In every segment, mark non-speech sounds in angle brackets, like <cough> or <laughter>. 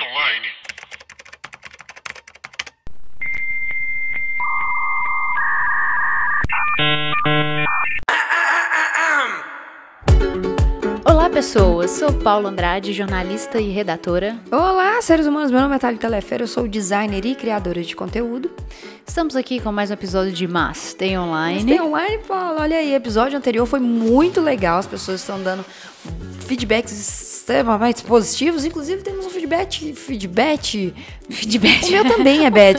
online. Olá, pessoas. Sou Paula Andrade, jornalista e redatora. Olá, seres humanos. Meu nome é Thalita Lefera, eu sou designer e criadora de conteúdo. Estamos aqui com mais um episódio de Mas Tem Mas Online. tem um- online, Paula. Olha aí, episódio anterior foi muito legal. As pessoas estão dando feedbacks extremamente positivos. Inclusive, temos um feedback. Feedback. Feedback. O meu também <laughs> é Beth.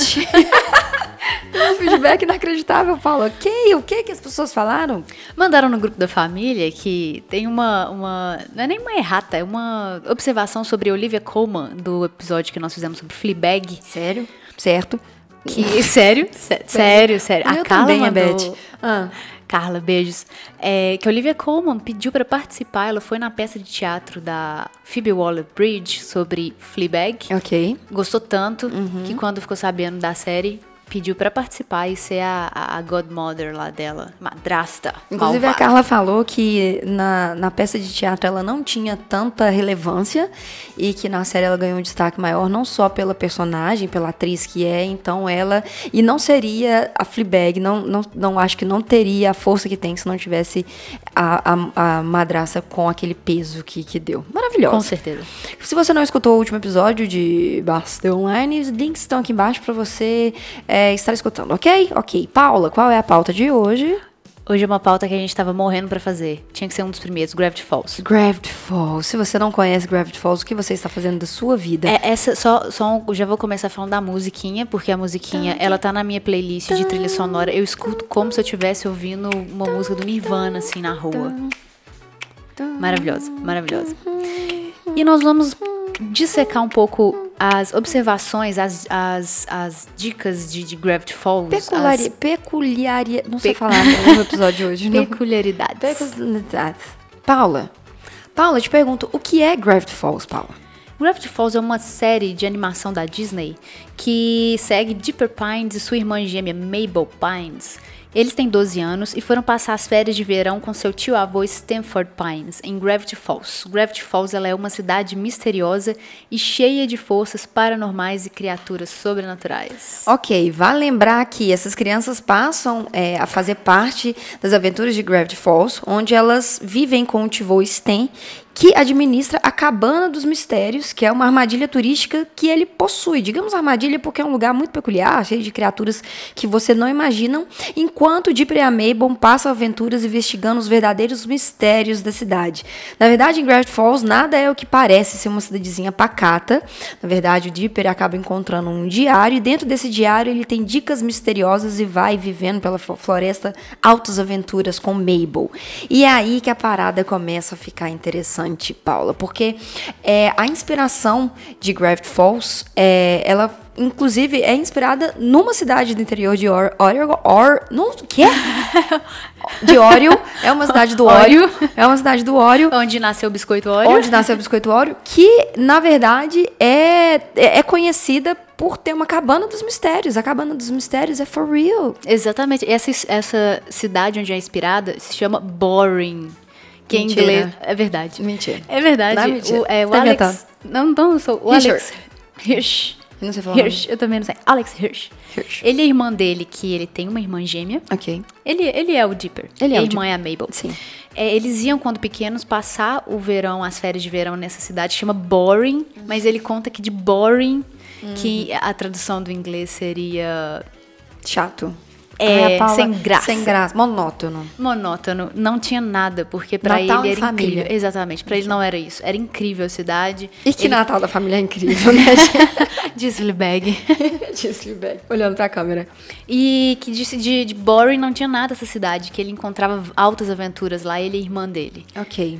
Temos um feedback inacreditável, Paula. Ok, o que, que as pessoas falaram? Mandaram no grupo da família que tem uma, uma. Não é nem uma errata, é uma observação sobre Olivia Colman, do episódio que nós fizemos sobre Fleabag. Sério? Certo. Que, <laughs> sério, sé- sério, sério. Ah, Eu a Carla também, é a mandou- Beth. Ah. Carla, beijos. É, que a Olivia Colman pediu para participar. Ela foi na peça de teatro da Phoebe Waller-Bridge sobre É Fleabag. Ok. Gostou tanto que quando ficou sabendo da série, pediu para participar e ser a, a- a godmother lá dela. Madrasta. Inclusive, é a malvada. Carla falou que na, na peça de teatro ela não tinha tanta relevância e que na série ela ganhou um destaque maior, não só pela personagem, pela atriz que é, então ela. E não seria a Fleabag, não, não, não acho que não teria a força que tem se não tivesse a, a, a madraça com aquele peso que, que deu. Maravilhosa. Com certeza. Se você não escutou o último episódio de Basta Online, os links estão aqui embaixo para você é, estar escutando, ok? Ok. Paula, qual é a pauta de hoje? Hoje é uma pauta que a gente tava morrendo para fazer. Tinha que ser um dos primeiros, Gravity Falls. Gravity Falls. Se você não conhece Gravity Falls, o que você está fazendo da sua vida? É, essa, só, só um- já vou começar falando da musiquinha, porque a musiquinha, ela tá na minha playlist de trilha sonora. Eu escuto como se eu estivesse ouvindo uma música do Nirvana, assim, na rua. Tá. Maravilhosa, maravilhosa. E nós vamos dissecar um pouco as observações, as, as, as dicas de, de Gravity Falls. Peculiari... as Peculiaria... Não sei Pe- falar no episódio de hoje, não. peculiaridades. Peculiaridades. Paula. Paula, te pergunto, o que é Gravity Falls, Paula? Gravity Falls é uma série de animação da Disney que segue Dipper Pines e sua irmã gêmea Mabel Pines. Eles têm 12 anos e foram passar as férias de verão com seu tio-avô Stanford Pines, em Gravity Falls. Gravity Falls ela é uma cidade misteriosa e cheia de forças paranormais e criaturas sobrenaturais. Ok, vale lembrar que essas crianças passam é, a fazer parte das aventuras de Gravity Falls, onde elas vivem com o Tivô Sten, que administra a Cabana dos Mistérios, que é uma armadilha turística que ele possui. Digamos armadilha porque é um lugar muito peculiar, cheio de criaturas que você não imagina, enquanto Dipper e a Mabel passam aventuras investigando os verdadeiros mistérios da cidade. Na verdade, em Gravity Falls, nada é o que parece ser uma cidadezinha pacata. Na verdade, o Dipper acaba encontrando um diário e dentro desse diário ele tem dicas misteriosas e vai vivendo pela flo- floresta altas aventuras com Mabel. E é aí que a parada começa a ficar interessante, Paula, porque é, a inspiração de Gravity Falls, é, ela inclusive é inspirada numa cidade do interior de Or, Oregon, Or, não, que? De Oreo, é uma cidade do Oreo, é uma cidade do Oreo, Onde nasceu o biscoito Oreo? Onde nasceu o biscoito Oreo, que na verdade é, é é conhecida por ter uma cabana dos mistérios. A cabana dos mistérios é for real. Exatamente. Essa, essa cidade onde é inspirada se chama Boring. Que Mentira. em inglês. É verdade. Mentira. É verdade. Não é mentira. O, é, o Você tá Alex. inventando. Não, não, eu sou. O Alex Hirsch. Eu não sei falar o nome. Hirsch. Eu também não sei. Alex Hirsch. Hirsch. Ele é irmã dele, que ele tem uma irmã gêmea. Ok. Ele, ele é o Dipper. Ele é a o irmã é a Mabel. Sim. É, eles iam, quando pequenos, passar o verão, as férias de verão nessa cidade, chama Boring, mas ele conta que de Boring, Hum. que a tradução do inglês seria Chato. É, Ai, a Paula- sem graça. Sem graça. Monótono. monótono, não tinha nada, porque pra ele Natal era em família. incrível. Exatamente, pra ele não era isso, era incrível a <laughs> cidade. E que ele... Natal da família é incrível, né, <laughs> gente? Diz Fleabag. Disse Libeck, olhando pra câmera. <laughs> E que disse de, de boring não tinha nada essa cidade, que ele encontrava altas aventuras lá, ele e a irmã dele. Ok.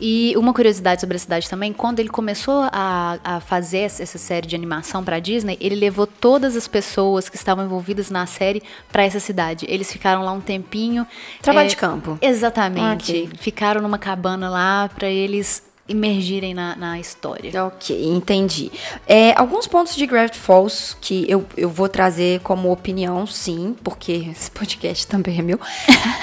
E uma curiosidade sobre a cidade também, quando ele começou a, a fazer essa essa série de animação pra Disney, ele levou todas as pessoas que estavam envolvidas na série pra essa cidade. Eles ficaram lá um tempinho. é, Trabalho de campo. Ah, Exatamente. Ok. Ficaram numa cabana lá pra eles imergirem na, na história. Ok, entendi. É, alguns pontos de Gravity Falls que eu, eu vou trazer como opinião, sim, porque <laughs> esse podcast também é meu,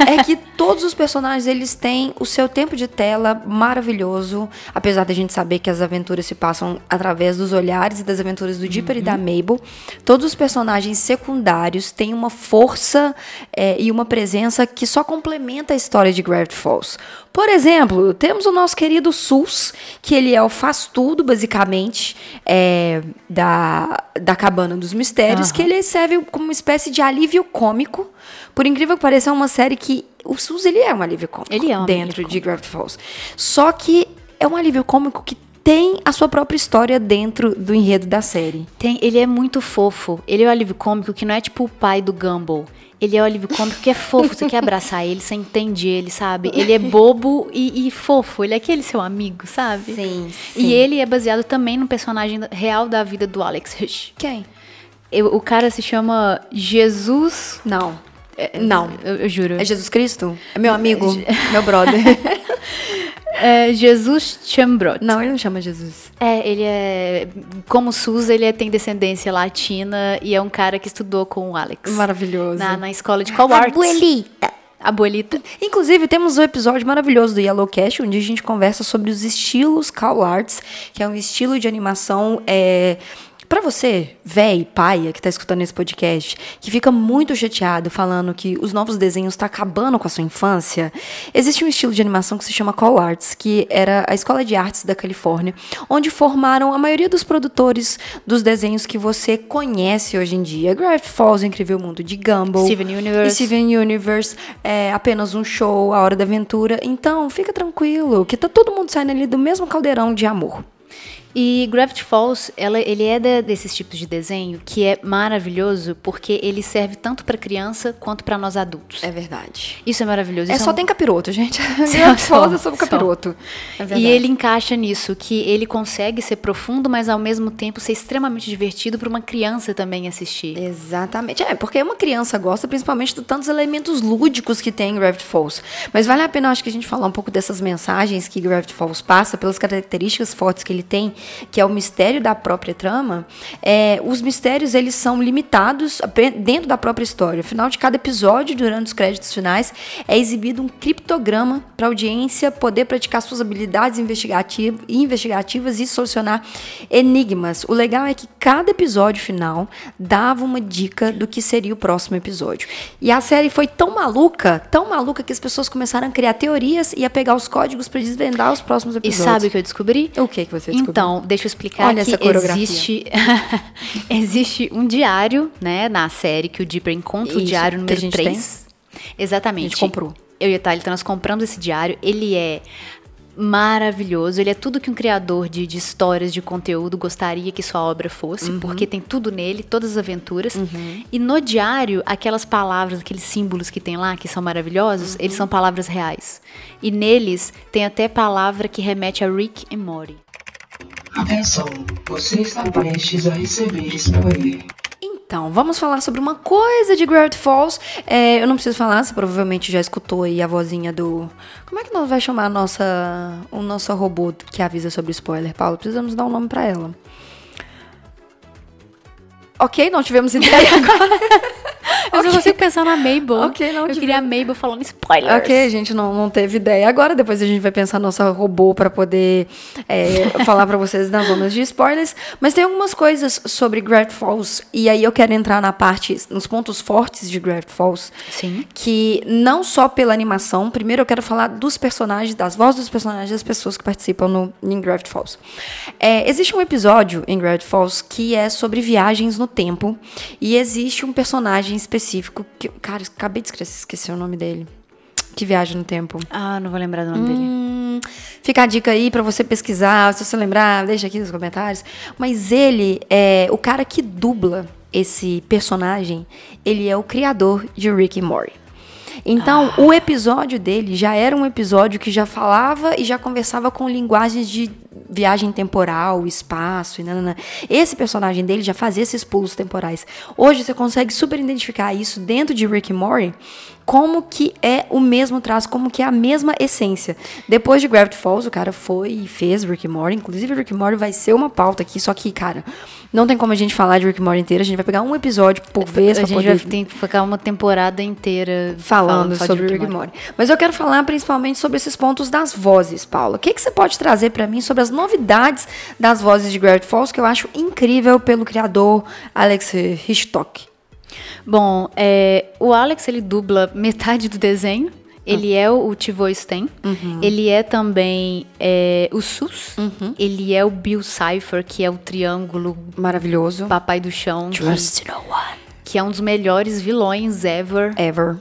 é que todos os personagens eles têm o seu tempo de tela maravilhoso, apesar da gente saber que as aventuras se passam através dos olhares e das aventuras do Dipper e da Mabel, todos os personagens secundários têm uma força é, e uma presença que só complementa a história de Gravity Falls. Por exemplo, temos o nosso querido Sus, que ele é o faz tudo, basicamente, é, da, da cabana dos mistérios, Aham. que ele serve como uma espécie de alívio cômico. Por incrível que pareça, é uma série que o Sus ele é um alívio cômico Ele é um dentro alívio de Gravity Falls. Só que é um alívio cômico que tem a sua própria história dentro do enredo da série. Tem, ele é muito fofo. Ele é o alívio cômico que não é tipo o pai do Gumball. Ele é o alívio cômico que é fofo. Você quer abraçar ele, você entende ele, sabe? Ele é bobo e, e fofo. Ele é aquele seu amigo, sabe? Sim, E ele é baseado também no personagem real da vida do Alex Hirsch. Quem? Eu- o cara se chama Jesus. Não. É, Não. Eu, eu juro. É Jesus Cristo? É meu amigo? meu <laughs> brother? É Jesus Chambrot. não, ele não chama Jesus. É, ele é. Como SUS, ele é- tem descendência latina e é um cara que estudou com o Alex. Maravilhoso. Na, na escola de Cowards. Abuelita. Inclusive, temos um episódio maravilhoso do Yellowcast, onde a gente conversa sobre os estilos call arts, que é um estilo de animação é, para você, véi, paia, que tá escutando esse podcast, que fica muito chateado falando que os novos desenhos tá acabando com a sua infância. Existe um estilo de animação que se chama Call Arts, que era a Escola de Artes da Califórnia, onde formaram a maioria dos produtores dos desenhos que você conhece hoje em dia. Gravity Falls, O Incrível Mundo de Gumball. Steven Universe. Steven Steven Universe, é apenas um show, A Hora da Aventura. Então, fica tranquilo, que tá todo mundo saindo ali do mesmo caldeirão de amor. E Gravity Falls, ela- ele é da- desses tipos de desenho que é maravilhoso porque ele serve tanto pra criança quanto pra nós adultos. verdade. Isso é maravilhoso. É isso só um- tem <laughs> capiroto, gente. Só, É foda só, sobre capiroto. É E verdade. ele encaixa nisso, que ele consegue ser profundo, mas ao mesmo tempo ser extremamente divertido pra uma criança também assistir. Exatamente. É, porque uma criança gosta principalmente de tantos elementos lúdicos que tem em Gravity Falls. Mas vale a pena, eu acho que a gente falar um pouco dessas mensagens que Gravity Falls passa, pelas características fortes que ele tem, que é o mistério da própria trama. É, os mistérios, eles são limitados ape- dentro da própria história. Afinal de cada episódio, durante os créditos finais, é exibido um criptograma para a audiência poder praticar suas habilidades investigati- investigativas e solucionar enigmas. O legal é que cada episódio final dava uma dica do que seria o próximo episódio. E a série foi tão maluca, tão maluca, que as pessoas começaram a criar teorias e a pegar os códigos para desvendar os próximos E episódios. sabe o que eu descobri? o que, que você descobriu? Então, deixa eu explicar Olha que essa coreografia. existe <laughs> existe um diário, né, na série que o Dipper encontra o Isso, diário que a número gente 3. Exatamente. A gente comprou. Eu e a Thalita, nós compramos esse diário. Ele é maravilhoso. Ele é tudo que um criador de, de histórias, de conteúdo gostaria que sua obra fosse, Uhum. porque tem tudo nele, todas as aventuras. E no diário, aquelas palavras, aqueles símbolos que tem lá, que são maravilhosos, Uhum. eles são palavras reais. E neles tem até palavra que remete a Rick e Morty. Atenção, você está prestes a receber spoiler. Então, vamos falar sobre uma coisa de Gravity Falls. É, eu não preciso falar, você provavelmente já escutou aí a vozinha do. Como é que nós vai chamar a nossa, o nosso robô que avisa sobre spoiler, Paulo? Precisamos dar um nome pra ela. Ok, não tivemos <laughs> ideia agora. Eu só consigo pensar na Mabel. Ok, não Eu tive- queria a Mabel falando spoilers. ok, a gente não, não teve ideia agora. Depois a gente vai pensar nossa robô pra poder é, <laughs> falar pra vocês nas zonas de spoilers. Mas tem algumas coisas sobre Gravity Falls. E aí eu quero entrar na parte, nos pontos fortes de Gravity Falls. Sim. que não só pela animação, primeiro eu quero falar dos personagens, das vozes dos personagens, das pessoas que participam no, em Gravity Falls. É, existe um episódio em Gravity Falls que é sobre viagens no tempo, e existe um personagem específico que, cara, acabei de esquecer, esquecer o nome dele, que viaja no tempo. Ah, não vou lembrar do nome dele. Hum, fica a dica aí pra você pesquisar, se você lembrar, deixa aqui nos comentários. Mas ele é o cara que dubla esse personagem, ele é o criador de Rick and Morty. Então, o episódio dele já era um episódio que já falava e já conversava com linguagens de viagem temporal, espaço e nanana. Esse personagem dele já fazia esses pulos temporais. Hoje você consegue super identificar isso dentro de Rick and Morty, como que é o mesmo traço, como que é a mesma essência. Depois de Gravity Falls, o cara foi e fez Rick and Morty. Inclusive, Rick and Morty vai ser uma pauta aqui, só que, cara, não tem como a gente falar de Rick and Morty inteira. A gente vai pegar um episódio por vez É, a pra gente poder vai ter que ficar uma temporada inteira falando, só de sobre Rick and Morty. Mas eu quero falar principalmente sobre esses pontos das vozes, Paula. O que, que você pode trazer pra mim sobre as novidades das vozes de Gravity Falls, que eu acho incrível pelo criador Alex Hitchcock? Bom, é, o Alex ele dubla metade do desenho. Ele Ah. é o, o Tivo Sten. Uhum. Ele é também é, o Sus. Ele é o Bill Cipher, que é o triângulo Maravilhoso. papai do chão, que, no one. que é um dos melhores vilões ever. Ever.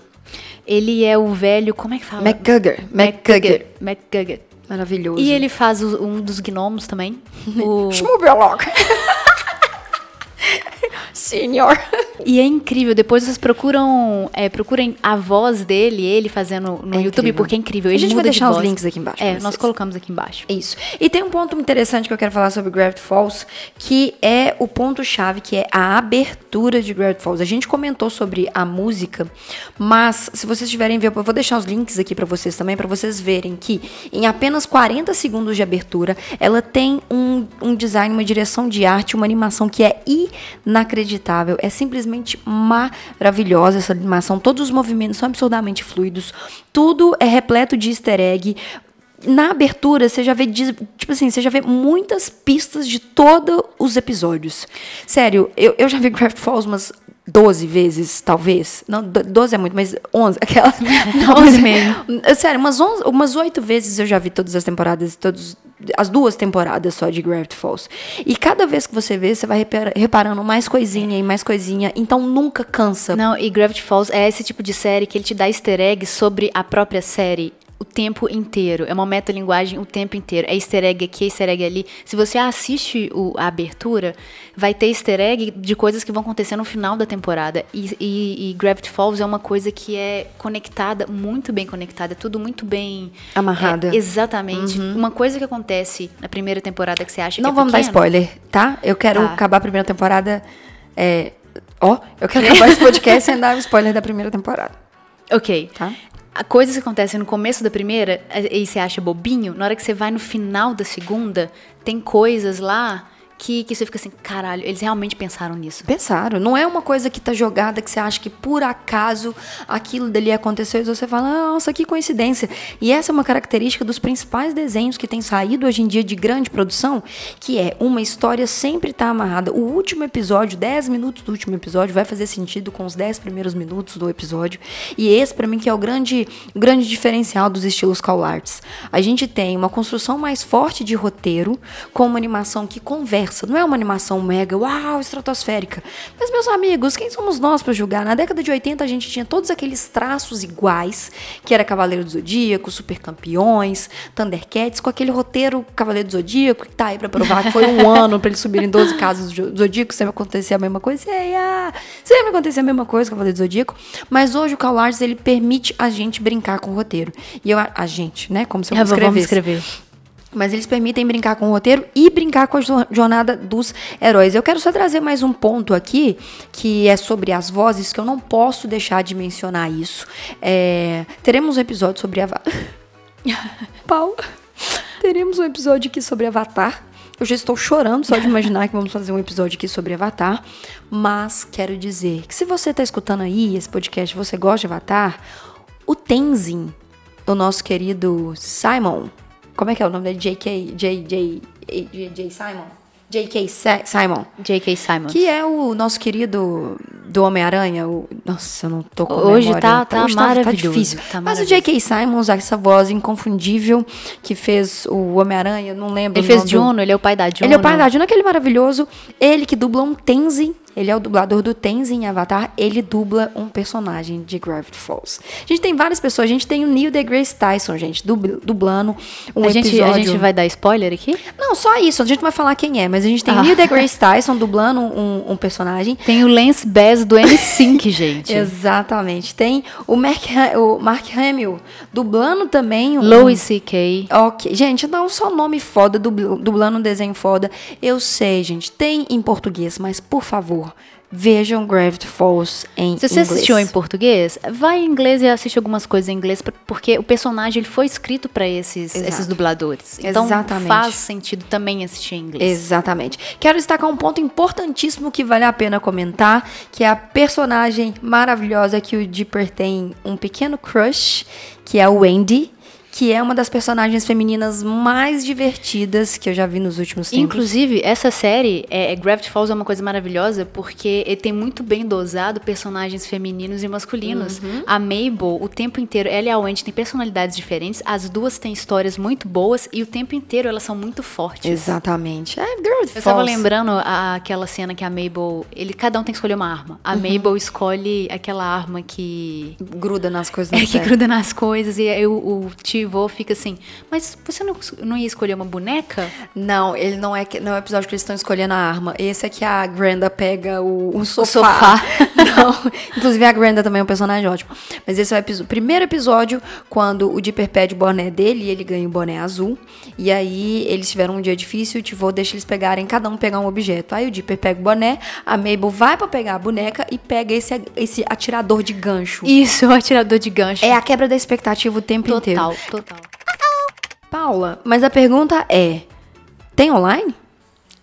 Ele é o velho, como é que fala? McGugger. McGugger. McGugger. Maravilhoso. E ele faz o- um dos gnomos <laughs> também. é um o- Schmubelock. Senhor. E é incrível, depois vocês procuram, é, procurem a voz dele, ele fazendo no YouTube, incrível. porque é incrível. A Ele gente vai muda de deixar os voz. links aqui embaixo pra É, vocês. nós colocamos aqui embaixo. Isso. E tem um ponto interessante que eu quero falar sobre Gravity Falls, que é o ponto-chave, que é a abertura de Gravity Falls. A gente comentou sobre a música, mas se vocês tiverem ver, eu vou deixar os links aqui pra vocês também, pra vocês verem que em apenas 40 segundos de abertura, ela tem um, um design, uma direção de arte, uma animação que é inacreditável. É simplesmente maravilhosa essa animação. Todos os movimentos são absurdamente fluidos, tudo é repleto de easter egg na abertura, você já vê, diz- tipo assim, você já vê muitas pistas de todos os episódios. Sério, eu, eu já vi Craft Falls umas 12 vezes, talvez. Não, do- 12 é muito, mas 11, <laughs> aquela. Não, 11 mesmo. Sério, umas, 11, umas 8 vezes eu já vi todas as temporadas, todos, as duas temporadas só de Gravity Falls. E cada vez que você vê, você vai repara- reparando mais coisinha e mais coisinha, então nunca cansa. Não, e Gravity Falls é esse tipo de série que ele te dá easter egg sobre a própria série o tempo inteiro. É uma metalinguagem o tempo inteiro. É easter egg aqui, é easter egg ali. Se você assiste o- a abertura, vai ter easter egg de coisas que vão acontecer no final da temporada. E, e- e Gravity Falls é uma coisa que é conectada, muito bem conectada, é tudo muito bem. Amarrada. Uhum. É, exatamente. Uma coisa que acontece na primeira temporada que você acha Não que é vamos dar pequena, spoiler, tá? Eu quero Tá. acabar a primeira temporada. é, Ó, <laughs> eu quero acabar esse podcast sem dar o spoiler da primeira temporada, Ok. tá? A coisas que acontecem no começo da primeira eh, e você acha bobinho, na hora que você vai no final da segunda, tem coisas lá que, que você fica assim, caralho, eles realmente pensaram nisso. Pensaram. Não é uma coisa que tá jogada que você acha que por acaso aquilo dali aconteceu e você fala, "Ah, nossa, que coincidência. E essa é uma característica dos principais desenhos que tem saído hoje em dia de grande produção, que é uma história sempre tá amarrada. O último episódio, 10 minutos do último episódio, vai fazer sentido com os 10 primeiros minutos do episódio. E esse, pra mim, que é o grande, o grande diferencial dos estilos call arts. A gente tem uma construção mais forte de roteiro, com uma animação que conversa. Não é uma animação mega, uau, estratosférica. Mas, meus amigos, quem somos nós pra julgar? Na década de 80, a gente tinha todos aqueles traços iguais, que era Cavaleiro do Zodíaco, Super Campeões, Thundercats, com aquele roteiro Cavaleiro do Zodíaco, que tá aí pra provar que foi <laughs> um ano pra eles subirem 12 casas do Zodíaco, sempre acontecia a mesma coisa. E aí, ah, sempre acontecia a mesma coisa com o Cavaleiro do Zodíaco. Mas hoje o Call Arts, ele permite a gente brincar com o roteiro. E eu, a, a gente, né? Como se eu Ah, vamos escrevesse. escrever. Mas eles permitem brincar com o roteiro e brincar com a jo- jornada dos heróis. Eu quero só trazer mais um ponto aqui, que é sobre as vozes, que eu não posso deixar de mencionar isso. É, teremos um episódio sobre a. va- Paula, teremos um episódio aqui sobre Avatar. Eu já estou chorando só de imaginar que vamos fazer um episódio aqui sobre Avatar. Mas quero dizer que se você está escutando aí esse podcast, você gosta de Avatar, o Tenzin, o nosso querido Simon, como é que é o nome dele? J.K. J.J. J.J. Simon? J.K. Sa- Simon. J.K. Simon. Que é o nosso querido do Homem-Aranha. o- Nossa, eu não tô com Hoje memória. tá- tá maravilhoso, difícil. tá Mas o maravilhoso. J.K. Simons, essa voz inconfundível que fez o Homem-Aranha, eu não lembro Ele o fez nome do- Juno, ele é o pai da Juno. Ele é o pai da Juno, aquele maravilhoso. Ele que dubla um Tenzin. Ele é o dublador do Tenzin em Avatar. Ele dubla um personagem de Gravity Falls. A gente tem várias pessoas. A gente tem o Neil deGrasse Tyson, gente, dubl- dublando um a, gente, episódio. a gente vai dar spoiler aqui? Não, só isso. A gente não vai falar quem é, mas a gente tem Ah. <laughs> Neil deGrasse Tyson dublando um, um personagem. Tem o Lance Bass do <laughs> N5, gente. Exatamente. Tem o Mark, Ha- o Mark Hamill dublando também um- Louis C.K. Ok, gente, não só nome foda, dubl- dublando um desenho foda. Eu sei, gente, tem em português, mas por favor, vejam Gravity Falls em Se você inglês. assistiu em português, vai em inglês e assiste algumas coisas em inglês, pra- porque o personagem ele foi escrito para esses, Exato. esses dubladores. Então Exatamente. faz sentido também assistir em inglês. Exatamente. Quero destacar um ponto importantíssimo que vale a pena comentar, que é a personagem maravilhosa que o Dipper tem um pequeno crush, que é a Wendy, que é uma das personagens femininas mais divertidas que eu já vi nos últimos tempos. Inclusive, essa série, é, é, Gravity Falls é uma coisa maravilhosa porque ele tem muito bem dosado personagens femininos e masculinos. Uhum. A Mabel, o tempo inteiro, ela e a Wendy têm personalidades diferentes, as duas têm histórias muito boas e o tempo inteiro elas são muito fortes. Exatamente. É, Gravity Eu tava Falls. lembrando a- aquela cena que a Mabel. Ele, cada um tem que escolher uma arma. A Mabel escolhe aquela arma que. Gruda nas coisas É, do que céu. gruda nas coisas. E aí o, o tio vô fica assim: Mas você não, não ia escolher uma boneca? Não, ele não é, que- não é o episódio que eles estão escolhendo a arma. Esse é que a Granda pega o, o sofá. sofá. <laughs> não. Inclusive a Granda também é um personagem ótimo. Mas esse é o episo- primeiro episódio quando o Dipper pede o boné dele e ele ganha o boné azul. E aí eles tiveram um dia difícil e o Tivô deixa eles pegarem, cada um pegar um objeto. Aí o Dipper pega o boné, a Mabel vai pra pegar a boneca e pega esse, esse atirador de gancho. Isso, o atirador de gancho. É a quebra da expectativa o tempo inteiro. total, total. Paula, mas a pergunta é: tem online?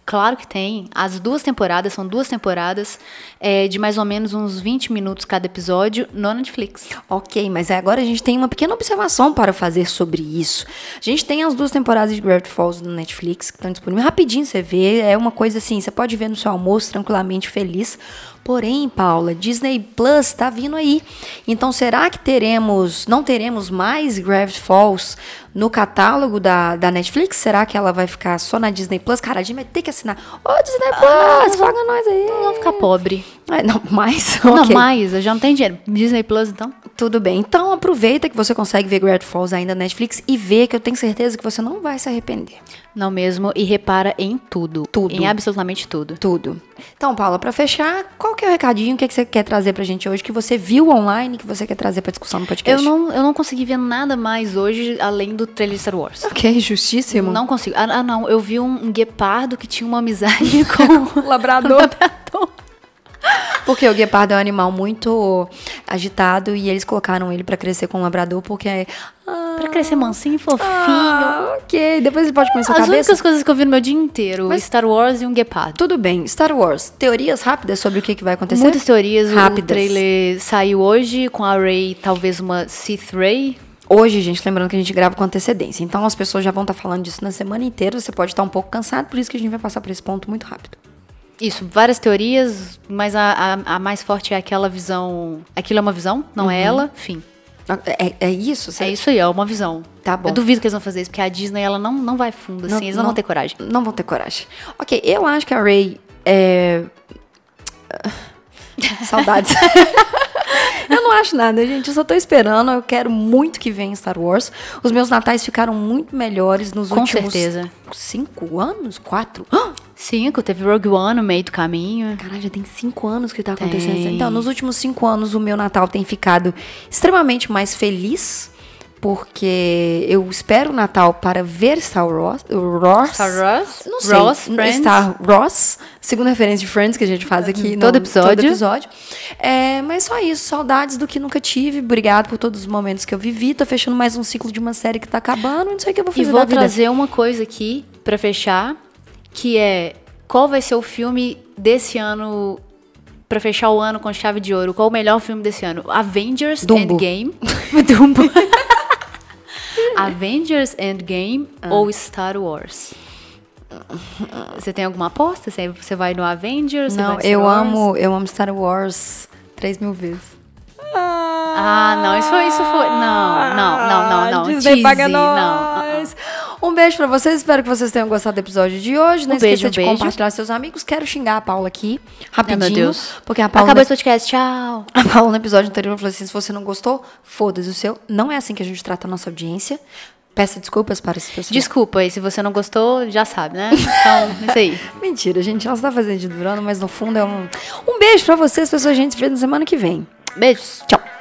Claro que tem. As duas temporadas, são duas temporadas é, de mais ou menos uns 20 minutos cada episódio no Netflix. Ok, mas agora a gente tem uma pequena observação para fazer sobre isso. A gente tem as duas temporadas de Gravity Falls no Netflix, que estão disponíveis rapidinho, você vê. É uma coisa assim, você pode ver no seu almoço tranquilamente, feliz. Porém, Paula, Disney Plus tá vindo aí. Então, será que teremos, não teremos mais Gravity Falls no catálogo da, da Netflix? Será que ela vai ficar só na Disney Plus? Cara, a gente vai ter que assinar. Ô, Disney Plus, paga nós aí. Não vou ficar pobre. É, não, mais? Não, Ok. mais, eu já não tenho dinheiro. Disney Plus, então? Tudo bem. Então aproveita que você consegue ver Gravity Falls ainda na Netflix e vê que eu tenho certeza que você não vai se arrepender. Não mesmo, e repara em tudo. Tudo. Em absolutamente tudo. Tudo. Então, Paula, pra fechar, qual que é o recadinho? O que, é que você quer trazer pra gente hoje que você viu online que você quer trazer pra discussão no Eu podcast? não, eu não consegui ver nada mais hoje além do trailer de Star Wars. Ok, <laughs> justíssimo. Não consigo. Ah, ah, não. Eu vi um, um guepardo que tinha uma amizade <laughs> com. Labrador. Porque o guepardo é um animal muito agitado e eles colocaram ele pra crescer com um labrador porque... Ah, pra crescer mansinho e fofinho. ah, ok. Depois ele pode comer sua As cabeça. únicas coisas que eu vi no meu dia inteiro: Star Wars e um guepardo. Tudo bem. Star Wars. Teorias rápidas sobre o que, que vai acontecer? Muitas teorias. Rápidas. O trailer saiu hoje com a Ray, talvez uma Sith Ray. Hoje, gente, lembrando que a gente grava com antecedência. Então as pessoas já vão estar falando disso na semana inteira. Você pode estar um pouco cansado, por isso que a gente vai passar por esse ponto muito rápido. Isso, várias teorias, mas a, a- a mais forte é aquela visão. Aquilo é uma visão, não é ela? Enfim. É, é isso? Você É isso aí, é uma visão. Tá bom. Eu duvido que eles vão fazer isso, porque a Disney ela não, não vai fundo, assim, eles não, vão ter coragem. Não vão ter coragem. Ok, eu acho que a Ray <laughs> é. Saudades. eu não acho nada, gente. Eu só tô esperando. Eu quero muito que venha Star Wars. Os meus natais ficaram muito melhores nos Com últimos. certeza. Cinco anos? Quatro? <gasps> Ah! Cinco, teve Rogue One no meio do caminho. Caralho, já tem cinco anos que tá acontecendo isso. Tem. Então, nos últimos cinco anos, o meu Natal tem ficado extremamente mais feliz. Porque eu espero o Natal para ver Star Wars. Ross, Star Wars? Não sei. Ross, Friends? Star Ross. Segunda referência de Friends que a gente faz aqui. Todo episódio. Todo episódio. É, mas só isso. Saudades do que nunca tive. Obrigado por todos os momentos que eu vivi. Tô fechando mais um ciclo de uma série que tá acabando. Não sei o que eu vou E fazer vou da vida. trazer uma coisa aqui pra fechar, que é qual vai ser o filme desse ano pra fechar o ano com chave de ouro? Qual o melhor filme desse ano? Avengers Dumbo. Endgame. Dumbo. <laughs> Avengers Endgame ou Star Wars? Você tem alguma aposta? Você- Você vai no Avengers? Você vai Não, no Star eu Wars? amo, eu amo Star Wars três mil vezes. Ah, não, Ah, isso foi, isso foi. Não, não, não, não, não. Disney Cheesy, paga não. nós. O beijo pra vocês. Espero que vocês tenham gostado do episódio de hoje. Não Um beijo, esqueça um de beijo. compartilhar com seus amigos. Quero xingar a Paula aqui, rapidinho. meu Deus. Porque a Paula, Acabou esse podcast, tchau. <laughs> a Paula no episódio anterior falou assim: se você não gostou, foda-se o seu. Não é assim que a gente trata a nossa audiência. Peça desculpas para esses pessoas. Desculpa, e se você não gostou, já sabe, <laughs> né? Então, isso aí. Mentira, gente. Ela está fazendo de durando, mas no fundo é um. Um beijo pra vocês, pessoas. A gente se vê na semana que vem. Beijos. Tchau.